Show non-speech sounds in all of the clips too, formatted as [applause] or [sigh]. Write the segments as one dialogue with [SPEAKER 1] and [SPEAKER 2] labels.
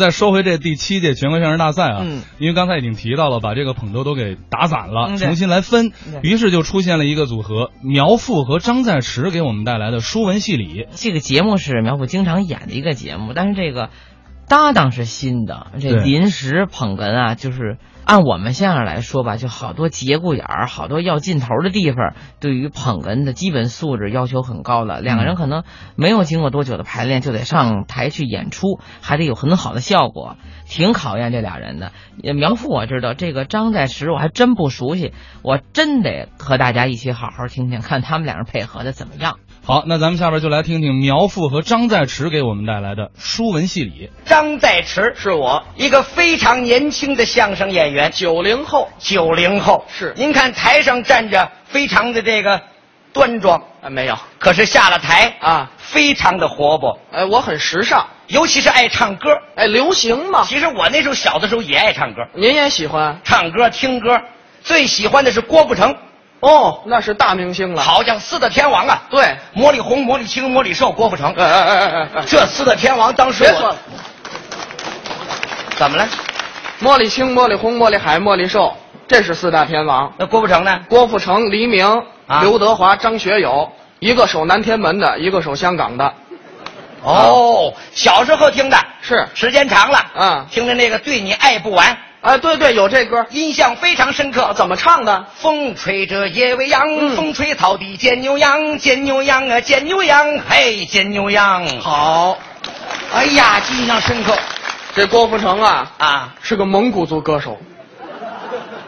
[SPEAKER 1] 再说回这第七届全国相声大赛啊，
[SPEAKER 2] 嗯
[SPEAKER 1] 因为刚才已经提到了，把这个捧逗都给打散了，
[SPEAKER 2] 嗯对
[SPEAKER 1] 重新来分，
[SPEAKER 2] 对
[SPEAKER 1] 于是就出现了一个组合苗阜和张在驰给我们带来的书文戏里。
[SPEAKER 2] 这个节目是苗阜经常演的一个节目，但是这个搭档是新的，这
[SPEAKER 1] 对
[SPEAKER 2] 临时捧哏啊，就是按我们相声来说吧，就好多节骨眼儿，好多要劲头儿的地方，对于捧哏的基本素质要求很高了。两个人可能没有经过多久的排练，就得上台去演出，还得有很好的效果，挺考验这俩人的。也苗阜我知道，这个张在石我还真不熟悉，我真得和大家一起好好听听，看他们俩人配合的怎么样。
[SPEAKER 1] 好，那咱们下边就来听听苗阜和张在驰给我们带来的书文戏里。
[SPEAKER 3] 张在池是我一个非常年轻的相声演员，九零后，九零后
[SPEAKER 4] 是
[SPEAKER 3] 您看台上站着非常的这个端庄，
[SPEAKER 4] 啊，没有，
[SPEAKER 3] 可是下了台
[SPEAKER 4] 啊，
[SPEAKER 3] 非常的活泼，
[SPEAKER 4] 哎，我很时尚，
[SPEAKER 3] 尤其是爱唱歌。
[SPEAKER 4] 哎，流行嘛，
[SPEAKER 3] 其实我那时候小的时候也爱唱歌，
[SPEAKER 4] 您也喜欢？
[SPEAKER 3] 唱歌听歌，最喜欢的是郭富城，
[SPEAKER 4] 哦，那是大明星了。，
[SPEAKER 3] 好像四大天王啊，
[SPEAKER 4] 对，哎
[SPEAKER 3] 魔力红、魔力青、魔力寿，郭富城，
[SPEAKER 4] 哎哎哎哎，
[SPEAKER 3] 这四大天王当时
[SPEAKER 4] 别错
[SPEAKER 3] 我
[SPEAKER 4] 了，
[SPEAKER 3] 怎么了？
[SPEAKER 4] 茉莉青、茉莉红、茉莉海、茉莉寿，这是四大天王。
[SPEAKER 3] 那郭富城呢？
[SPEAKER 4] 郭富城、黎明、
[SPEAKER 3] 啊
[SPEAKER 4] 刘德华、张学友，一个守南天门的，一个守香港的，
[SPEAKER 3] 哦，小时候听的，
[SPEAKER 4] 是
[SPEAKER 3] 时间长了，
[SPEAKER 4] 嗯
[SPEAKER 3] 听着那个对你爱不完，
[SPEAKER 4] 啊，对对，有这歌，
[SPEAKER 3] 印象非常深刻。
[SPEAKER 4] 怎么唱的？
[SPEAKER 3] 风吹着夜未央，
[SPEAKER 4] 嗯
[SPEAKER 3] 风吹草低见牛羊，见牛羊啊，见牛羊，嘿，见牛羊。
[SPEAKER 4] 好，
[SPEAKER 3] 哎呀，印象深刻
[SPEAKER 4] 这郭富城啊，
[SPEAKER 3] 啊！
[SPEAKER 4] 是个蒙古族歌手，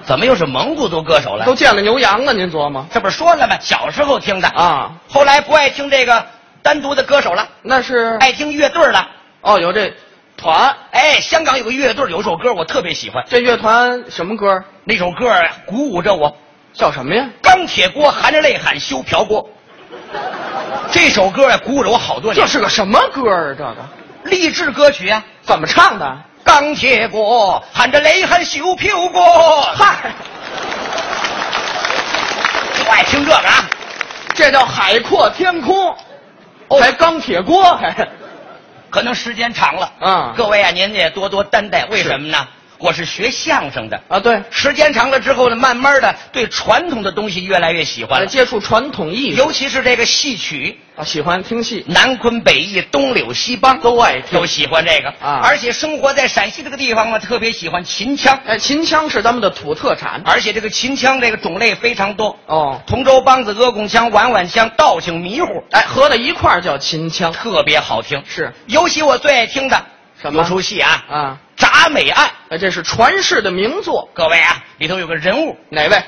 [SPEAKER 3] 怎么又是蒙古族歌手了
[SPEAKER 4] 都？见了牛羊了，您琢磨
[SPEAKER 3] 这不是说了吗？小时候听的，
[SPEAKER 4] 啊？
[SPEAKER 3] 后来不爱听这个单独的歌手了，
[SPEAKER 4] 那是
[SPEAKER 3] 爱听乐队了。
[SPEAKER 4] 哦，有这团，
[SPEAKER 3] 哎，香港有个乐队，有首歌我特别喜欢，
[SPEAKER 4] 这乐团什么歌？
[SPEAKER 3] 那首歌啊鼓舞着我。
[SPEAKER 4] 叫什么呀？
[SPEAKER 3] 钢铁锅含着泪喊修瓢锅。这首歌啊，鼓舞着我好多年。
[SPEAKER 4] 这是个什么歌啊？这个
[SPEAKER 3] 励志歌曲啊！
[SPEAKER 4] 怎么唱的？
[SPEAKER 3] 钢铁锅含着泪喊修瓢锅。嗨，就爱听这个啊！
[SPEAKER 4] 这叫海阔天空，
[SPEAKER 3] 哦
[SPEAKER 4] 还钢铁锅还
[SPEAKER 3] 可能时间长了，
[SPEAKER 4] 啊
[SPEAKER 3] 各位啊，您也多多担待。为什么呢？我是学相声的，
[SPEAKER 4] 啊对，
[SPEAKER 3] 时间长了之后呢，慢慢的对传统的东西越来越喜欢
[SPEAKER 4] 呃
[SPEAKER 3] 了，
[SPEAKER 4] 接触传统艺术
[SPEAKER 3] 尤其是这个戏曲。
[SPEAKER 4] 啊，喜欢听戏
[SPEAKER 3] 南昆北弋、东柳西梆
[SPEAKER 4] 都爱听
[SPEAKER 3] 都喜欢这个
[SPEAKER 4] 啊
[SPEAKER 3] 而且生活在陕西这个地方呢，特别喜欢秦腔，
[SPEAKER 4] 哎，秦腔是咱们的土特产
[SPEAKER 3] 而且这个秦腔这个种类非常多，
[SPEAKER 4] 哦，
[SPEAKER 3] 同州梆子、阿贡腔、碗碗腔、道情、迷糊，
[SPEAKER 4] 哎，合到一块儿叫秦腔
[SPEAKER 3] 特别好听。
[SPEAKER 4] 是
[SPEAKER 3] 尤其我最爱听的
[SPEAKER 4] 什么
[SPEAKER 3] 有出戏啊，
[SPEAKER 4] 啊，
[SPEAKER 3] 《铡美案》。
[SPEAKER 4] 哎，这是传世的名作，
[SPEAKER 3] 各位啊，里头有个人物
[SPEAKER 4] 哪位？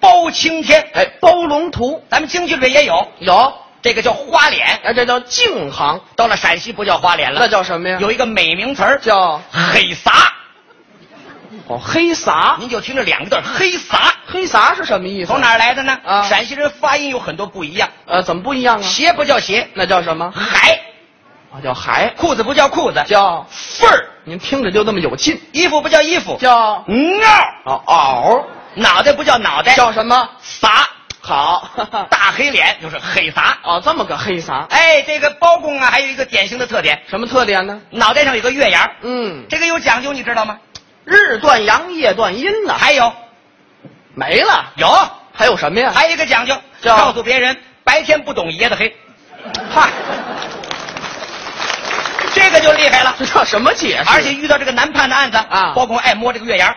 [SPEAKER 3] 包青天，
[SPEAKER 4] 哎，包龙图
[SPEAKER 3] 咱们京剧里边也有，
[SPEAKER 4] 有，
[SPEAKER 3] 这个叫花脸。
[SPEAKER 4] 哎，这叫净行，
[SPEAKER 3] 到了陕西不叫花脸了，
[SPEAKER 4] 那叫什么呀？
[SPEAKER 3] 有一个美名词儿
[SPEAKER 4] 叫
[SPEAKER 3] 黑撒，
[SPEAKER 4] 哦黑撒，
[SPEAKER 3] 您就听这两个字儿黑撒。
[SPEAKER 4] 黑撒是什么意思？
[SPEAKER 3] 从哪？儿来的呢？
[SPEAKER 4] 啊
[SPEAKER 3] 陕西人发音有很多不一样，
[SPEAKER 4] 呃，怎么不一样啊？
[SPEAKER 3] 鞋不叫鞋，
[SPEAKER 4] 那叫什么？
[SPEAKER 3] 海；
[SPEAKER 4] 啊，叫孩，
[SPEAKER 3] 裤子不叫裤子，
[SPEAKER 4] 叫
[SPEAKER 3] 份儿；
[SPEAKER 4] 您听着就那么有劲，
[SPEAKER 3] 衣服不叫衣服，
[SPEAKER 4] 叫
[SPEAKER 3] 袄；
[SPEAKER 4] 啊袄，
[SPEAKER 3] 脑袋不叫脑袋，
[SPEAKER 4] 叫什么？
[SPEAKER 3] 撒。
[SPEAKER 4] 好，哈
[SPEAKER 3] [laughs]
[SPEAKER 4] 哈
[SPEAKER 3] 大黑脸就是黑撒。
[SPEAKER 4] 哦，这么个黑啥？
[SPEAKER 3] 哎，这个包公啊，还有一个典型的特点，
[SPEAKER 4] 什么特点呢？
[SPEAKER 3] 脑袋上有个月牙儿，
[SPEAKER 4] 嗯，
[SPEAKER 3] 这个有讲究，你知道吗？
[SPEAKER 4] 日断阳，夜断阴呢，
[SPEAKER 3] 还有
[SPEAKER 4] 没了，
[SPEAKER 3] 有，
[SPEAKER 4] 还有什么呀？
[SPEAKER 3] 还有一个讲究，
[SPEAKER 4] 啊叫
[SPEAKER 3] 告诉别人白天不懂爷的黑，
[SPEAKER 4] 嗨，
[SPEAKER 3] 这个就厉害了。
[SPEAKER 4] 这叫什么解释？
[SPEAKER 3] 而且遇到这个难判的案子
[SPEAKER 4] 啊
[SPEAKER 3] 包公爱摸这个月牙儿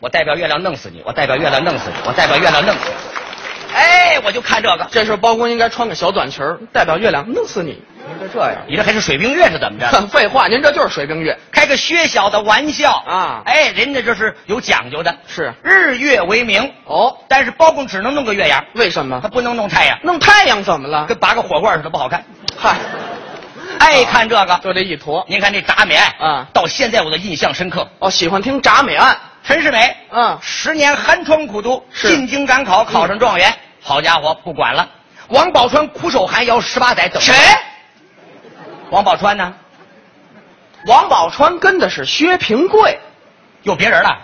[SPEAKER 3] 我代表月亮弄死你，我代表月亮弄死你，我代表月亮弄死你。哎，我就看这个，
[SPEAKER 4] 这时候包公应该穿个小短裙儿代表月亮弄死你。您这这样，
[SPEAKER 3] 你这还是水冰月是怎么着？
[SPEAKER 4] 废话，您这就是水冰月。
[SPEAKER 3] 开个薛小的玩笑
[SPEAKER 4] 啊
[SPEAKER 3] 哎，人家这是有讲究的，
[SPEAKER 4] 是
[SPEAKER 3] 日月为名，
[SPEAKER 4] 哦，
[SPEAKER 3] 但是包公只能弄个月牙儿
[SPEAKER 4] 为什么
[SPEAKER 3] 他？不能弄太阳，
[SPEAKER 4] 弄太阳怎么了？哎
[SPEAKER 3] 跟拔个火罐似的不好看。
[SPEAKER 4] 嗨，啊
[SPEAKER 3] 爱看这个，
[SPEAKER 4] 就这一坨。
[SPEAKER 3] 您看这铡美案
[SPEAKER 4] 啊
[SPEAKER 3] 到现在我都印象深刻。
[SPEAKER 4] 哦，喜欢听铡美案。
[SPEAKER 3] 陈世美
[SPEAKER 4] 嗯，
[SPEAKER 3] 十年寒窗苦读，
[SPEAKER 4] 是
[SPEAKER 3] 进京赶考，考上状元。好家伙，不管了。王宝钏苦守寒窑十八载，等着
[SPEAKER 4] 谁？
[SPEAKER 3] 王宝钏呢？
[SPEAKER 4] 王宝钏跟的是薛平贵。
[SPEAKER 3] 有别人了？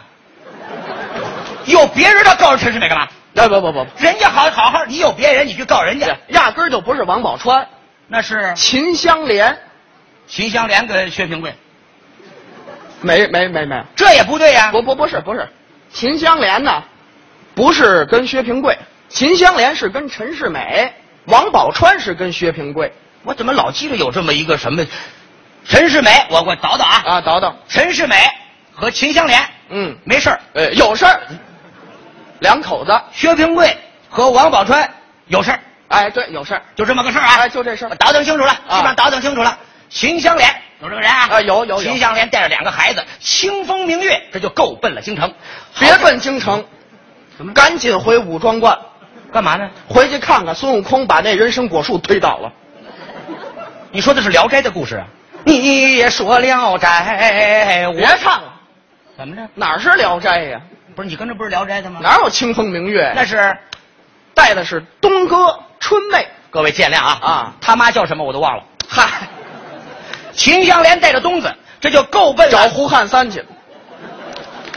[SPEAKER 3] 有别人了，告诉陈世美干嘛？
[SPEAKER 4] 哎，不不不不，
[SPEAKER 3] 人家好好好，你有别人，你去告人家，
[SPEAKER 4] 哎压根儿就不是王宝钏，
[SPEAKER 3] 那是
[SPEAKER 4] 秦香莲。
[SPEAKER 3] 秦香莲跟薛平贵。
[SPEAKER 4] 没没没没，
[SPEAKER 3] 这也不对呀、
[SPEAKER 4] 不不不是不是，秦香莲呢，不是跟薛平贵，秦香莲是跟陈世美，王宝钏是跟薛平贵
[SPEAKER 3] 我怎么老记得有这么一个什么陈世美？我我倒倒啊，
[SPEAKER 4] 啊，倒等，
[SPEAKER 3] 陈世美和秦香莲
[SPEAKER 4] 嗯，
[SPEAKER 3] 没事儿，
[SPEAKER 4] 呃，有事儿，两口子，
[SPEAKER 3] 薛平贵和王宝钏有事儿，
[SPEAKER 4] 哎，对，有事儿，
[SPEAKER 3] 就这么个事儿啊。
[SPEAKER 4] 哎，就这事
[SPEAKER 3] 我
[SPEAKER 4] 儿，
[SPEAKER 3] 倒腾清楚了，基本上倒腾清楚了。秦香莲啊有这个人啊？
[SPEAKER 4] 啊有有有
[SPEAKER 3] 秦香莲带着两个孩子，清风明月，这就够奔了京城。
[SPEAKER 4] 别奔京城，嗯赶紧回武装观，
[SPEAKER 3] 干嘛呢？
[SPEAKER 4] 回去看看孙悟空把那人参果树推倒了。
[SPEAKER 3] 你说的是《聊斋》的故事啊？你也说《聊斋》，
[SPEAKER 4] 别
[SPEAKER 3] 我
[SPEAKER 4] 唱了，
[SPEAKER 3] 怎么着？
[SPEAKER 4] 哪是《聊斋》呀？
[SPEAKER 3] 不是你跟着不是《聊斋》的吗？
[SPEAKER 4] 哪有清风明月呀？
[SPEAKER 3] 那是
[SPEAKER 4] 带的是东哥春妹。
[SPEAKER 3] 各位见谅啊
[SPEAKER 4] 啊
[SPEAKER 3] 他妈叫什么我都忘了。
[SPEAKER 4] 嗨，
[SPEAKER 3] 秦香莲带着东子，这就够奔
[SPEAKER 4] 找
[SPEAKER 3] 了。
[SPEAKER 4] 胡汉三去，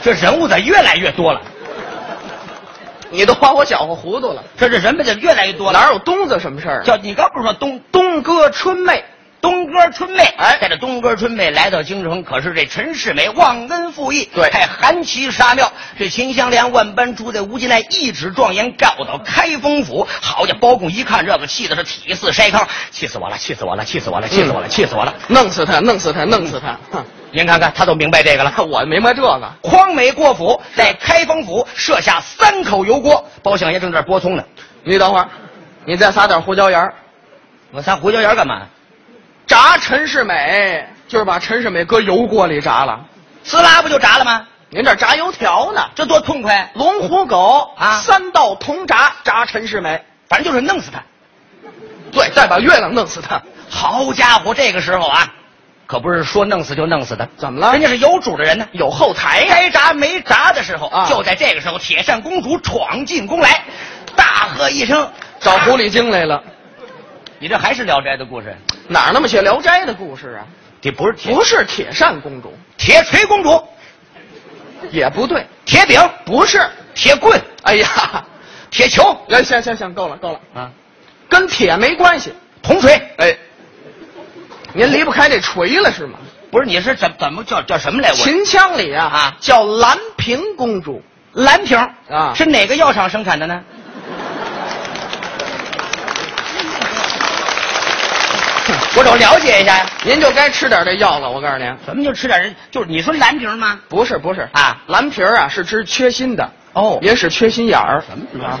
[SPEAKER 3] 这人物咋越来越多了？
[SPEAKER 4] 你都把我搅和糊涂了。
[SPEAKER 3] 这这人们就越来越多了。
[SPEAKER 4] 哪有东子什么事儿啊？
[SPEAKER 3] 叫你刚不是说东
[SPEAKER 4] 东哥春妹，
[SPEAKER 3] 东哥春妹，
[SPEAKER 4] 哎
[SPEAKER 3] 带着东哥春妹来到京城，可是这陈世美忘恩负义，
[SPEAKER 4] 对
[SPEAKER 3] 派韩琦杀庙，这秦香莲万般珠在无尽奈，一纸状言告到开封府。好家伙，包公一看这个，气的是体似筛糠，气死我了，气死我了，气死我了，气死我了，气死我了！
[SPEAKER 4] 弄死他，弄死他，弄死他！哼，
[SPEAKER 3] 您看看，他都明白这个了。
[SPEAKER 4] 我明白这个，
[SPEAKER 3] 匡美过府，在开封府设下三口油锅，包相爷正在这儿剥葱呢。
[SPEAKER 4] 你等会儿，你再撒点胡椒盐儿
[SPEAKER 3] 我撒胡椒盐干嘛？
[SPEAKER 4] 炸陈世美，就是把陈世美搁油锅里炸了。
[SPEAKER 3] 撕拉不就炸了吗？
[SPEAKER 4] 您这炸油条呢？
[SPEAKER 3] 这多痛快！
[SPEAKER 4] 龙虎狗
[SPEAKER 3] 啊
[SPEAKER 4] 三道同炸炸陈世美，
[SPEAKER 3] 反正就是弄死他。
[SPEAKER 4] 对，再把月亮弄死他。
[SPEAKER 3] 好家伙，这个时候啊，可不是说弄死就弄死的，
[SPEAKER 4] 怎么了
[SPEAKER 3] 人家是有主的人呢，
[SPEAKER 4] 有后台呀、
[SPEAKER 3] 该炸没炸的时候，
[SPEAKER 4] 啊
[SPEAKER 3] 就在这个时候，铁扇公主闯进宫来，大喝一声：“
[SPEAKER 4] 找狐！狸精来了，
[SPEAKER 3] 你这还是《聊斋》的故事？
[SPEAKER 4] 哪儿那么些《聊斋》的故事啊？
[SPEAKER 3] 这不是铁
[SPEAKER 4] 不是铁扇公主，
[SPEAKER 3] 铁锤公主、
[SPEAKER 4] 也不对，
[SPEAKER 3] 铁饼、
[SPEAKER 4] 不是。
[SPEAKER 3] 铁棍、
[SPEAKER 4] 哎呀，
[SPEAKER 3] 铁球
[SPEAKER 4] 哎，行行行，够了够了，
[SPEAKER 3] 啊，
[SPEAKER 4] 跟铁没关系。
[SPEAKER 3] 铜锤。
[SPEAKER 4] 哎，您离不开这锤了是吗？
[SPEAKER 3] 不是，你是怎怎么叫叫什么来？我
[SPEAKER 4] 秦腔里哎啊
[SPEAKER 3] 啊
[SPEAKER 4] 叫兰平公主
[SPEAKER 3] 蓝瓶儿
[SPEAKER 4] 啊
[SPEAKER 3] 是哪个药厂生产的呢？我找了解一下呀。”
[SPEAKER 4] 您就该吃点这药了。我告诉您，
[SPEAKER 3] 咱们就吃点人，就是你说蓝瓶吗？
[SPEAKER 4] 不是不是
[SPEAKER 3] 啊
[SPEAKER 4] 蓝皮儿啊是治缺心的，
[SPEAKER 3] 哦
[SPEAKER 4] 也使缺心眼儿。
[SPEAKER 3] 什么
[SPEAKER 4] 啊？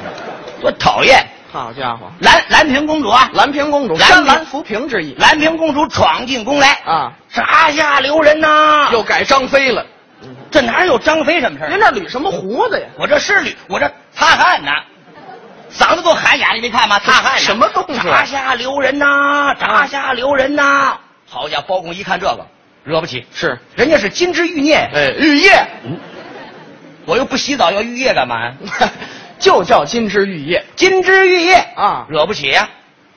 [SPEAKER 3] 多讨厌！
[SPEAKER 4] 好家伙，
[SPEAKER 3] 蓝蓝瓶公主啊，
[SPEAKER 4] 蓝平公主
[SPEAKER 3] 蓝
[SPEAKER 4] 甘蓝浮萍之意
[SPEAKER 3] 蓝瓶公主闯进宫来，
[SPEAKER 4] 啊，
[SPEAKER 3] 闸下留人呐！
[SPEAKER 4] 又改张飞了。
[SPEAKER 3] 这哪有张飞什么事
[SPEAKER 4] 您
[SPEAKER 3] 儿？啊
[SPEAKER 4] 这捋什么胡子呀？
[SPEAKER 3] 我这是捋，我这擦汗呢，嗓子都喊哑，你没看吗？擦汗呢
[SPEAKER 4] 什么动作啊
[SPEAKER 3] 闸下留人呐！闸下留人呐！好家伙，包公一看这个，惹不起，
[SPEAKER 4] 是，
[SPEAKER 3] 人家是金枝玉孽，
[SPEAKER 4] 哎，玉液，
[SPEAKER 3] 我又不洗澡要玉液干嘛呀？
[SPEAKER 4] [laughs]
[SPEAKER 3] [laughs]
[SPEAKER 4] 就叫金枝玉液
[SPEAKER 3] 金枝玉叶
[SPEAKER 4] 啊。
[SPEAKER 3] 惹不起呀、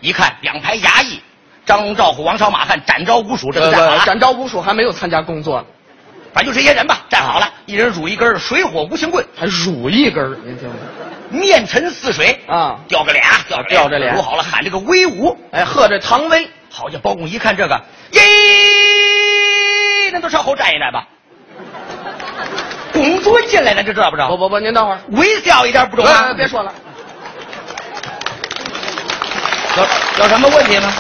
[SPEAKER 3] 一看两排衙役，张龙、赵虎、王朝、马汉，展昭、吴蜀，这都站好了，
[SPEAKER 4] 呃展昭吴蜀还没有参加工作呢，
[SPEAKER 3] 反正就这些人吧，站好了，一人拄一根水火无情棍，
[SPEAKER 4] 还数一根儿，您听听
[SPEAKER 3] 面沉似水，
[SPEAKER 4] 啊！
[SPEAKER 3] 吊个俩，吊个
[SPEAKER 4] 吊着俩
[SPEAKER 3] 数好了，喊这个威武。
[SPEAKER 4] 哎，喝这唐威，
[SPEAKER 3] 好家伙，包公一看这个，耶，那都上后站一站吧。拱桌进来了，这知道不知
[SPEAKER 4] 不
[SPEAKER 3] 道？
[SPEAKER 4] 不不，您等会儿，
[SPEAKER 3] 微笑一点不中吗
[SPEAKER 4] 哎？别说了，
[SPEAKER 3] 有有什么问题吗？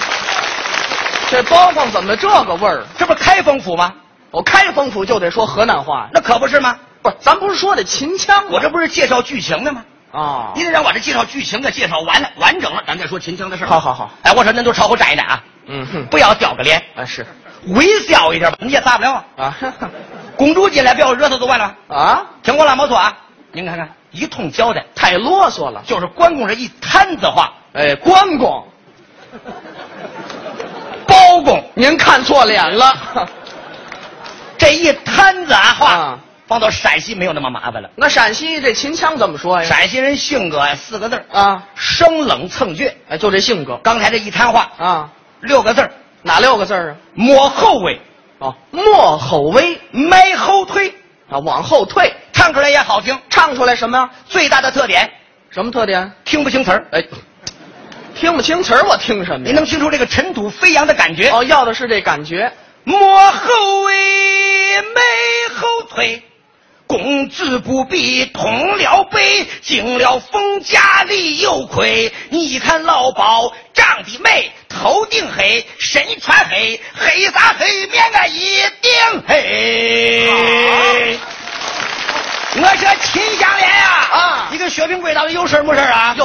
[SPEAKER 4] 这包袱怎么这个味儿？
[SPEAKER 3] 这不是开封府吗？
[SPEAKER 4] 我开封府就得说河南话呀，
[SPEAKER 3] 那可不是吗？
[SPEAKER 4] 不是，咱不是说的秦腔吗？
[SPEAKER 3] 我这不是介绍剧情呢吗？
[SPEAKER 4] 啊，
[SPEAKER 3] 您得让我这介绍剧情的介绍完了完整了，咱再说秦腔的事儿。
[SPEAKER 4] 好好好，
[SPEAKER 3] 哎，我说您都朝后站一站啊，
[SPEAKER 4] 嗯哼，
[SPEAKER 3] 不要吊个脸，
[SPEAKER 4] 啊是
[SPEAKER 3] 微笑一点吧，你也撒不了啊。
[SPEAKER 4] 啊 [laughs] 哈哈
[SPEAKER 3] 拱猪进来，不要惹他就完了。
[SPEAKER 4] 啊，
[SPEAKER 3] 听我拉毛错啊，您看看一通交代，
[SPEAKER 4] 太啰嗦了。
[SPEAKER 3] 就是关公这一摊子话，
[SPEAKER 4] 哎，关公， [laughs]
[SPEAKER 3] 包公
[SPEAKER 4] 您看错脸了。
[SPEAKER 3] 这一摊子啊话，
[SPEAKER 4] 啊
[SPEAKER 3] 放到陕西没有那么麻烦了。
[SPEAKER 4] 那陕西这秦腔怎么说哎呀？
[SPEAKER 3] 陕西人性格呀，四个字儿
[SPEAKER 4] 啊，
[SPEAKER 3] 生冷蹭倔。
[SPEAKER 4] 哎，就这性格
[SPEAKER 3] 刚才这一摊话，
[SPEAKER 4] 啊，
[SPEAKER 3] 六个字儿
[SPEAKER 4] 哪六个字儿啊？
[SPEAKER 3] 抹后尾，
[SPEAKER 4] 哦，莫吼威
[SPEAKER 3] 迈后推，
[SPEAKER 4] 啊，往后退，
[SPEAKER 3] 唱出来也好听。
[SPEAKER 4] 唱出来什么呀？
[SPEAKER 3] 最大的特点
[SPEAKER 4] 什么特点？
[SPEAKER 3] 听不清词儿，
[SPEAKER 4] 哎，听不清词儿，我听什么
[SPEAKER 3] 您
[SPEAKER 4] 呀？
[SPEAKER 3] 能听出这个尘土飞扬的感觉。
[SPEAKER 4] 哦，要的是这感觉。
[SPEAKER 3] 莫后为没非。公子不必同僚悲，进了封家里又亏。你看老鸨长得美，头顶黑，身穿黑，黑啥黑面俺一定黑。我说秦香莲呀，
[SPEAKER 4] 啊
[SPEAKER 3] 你跟薛平贵到底有事儿没事儿啊？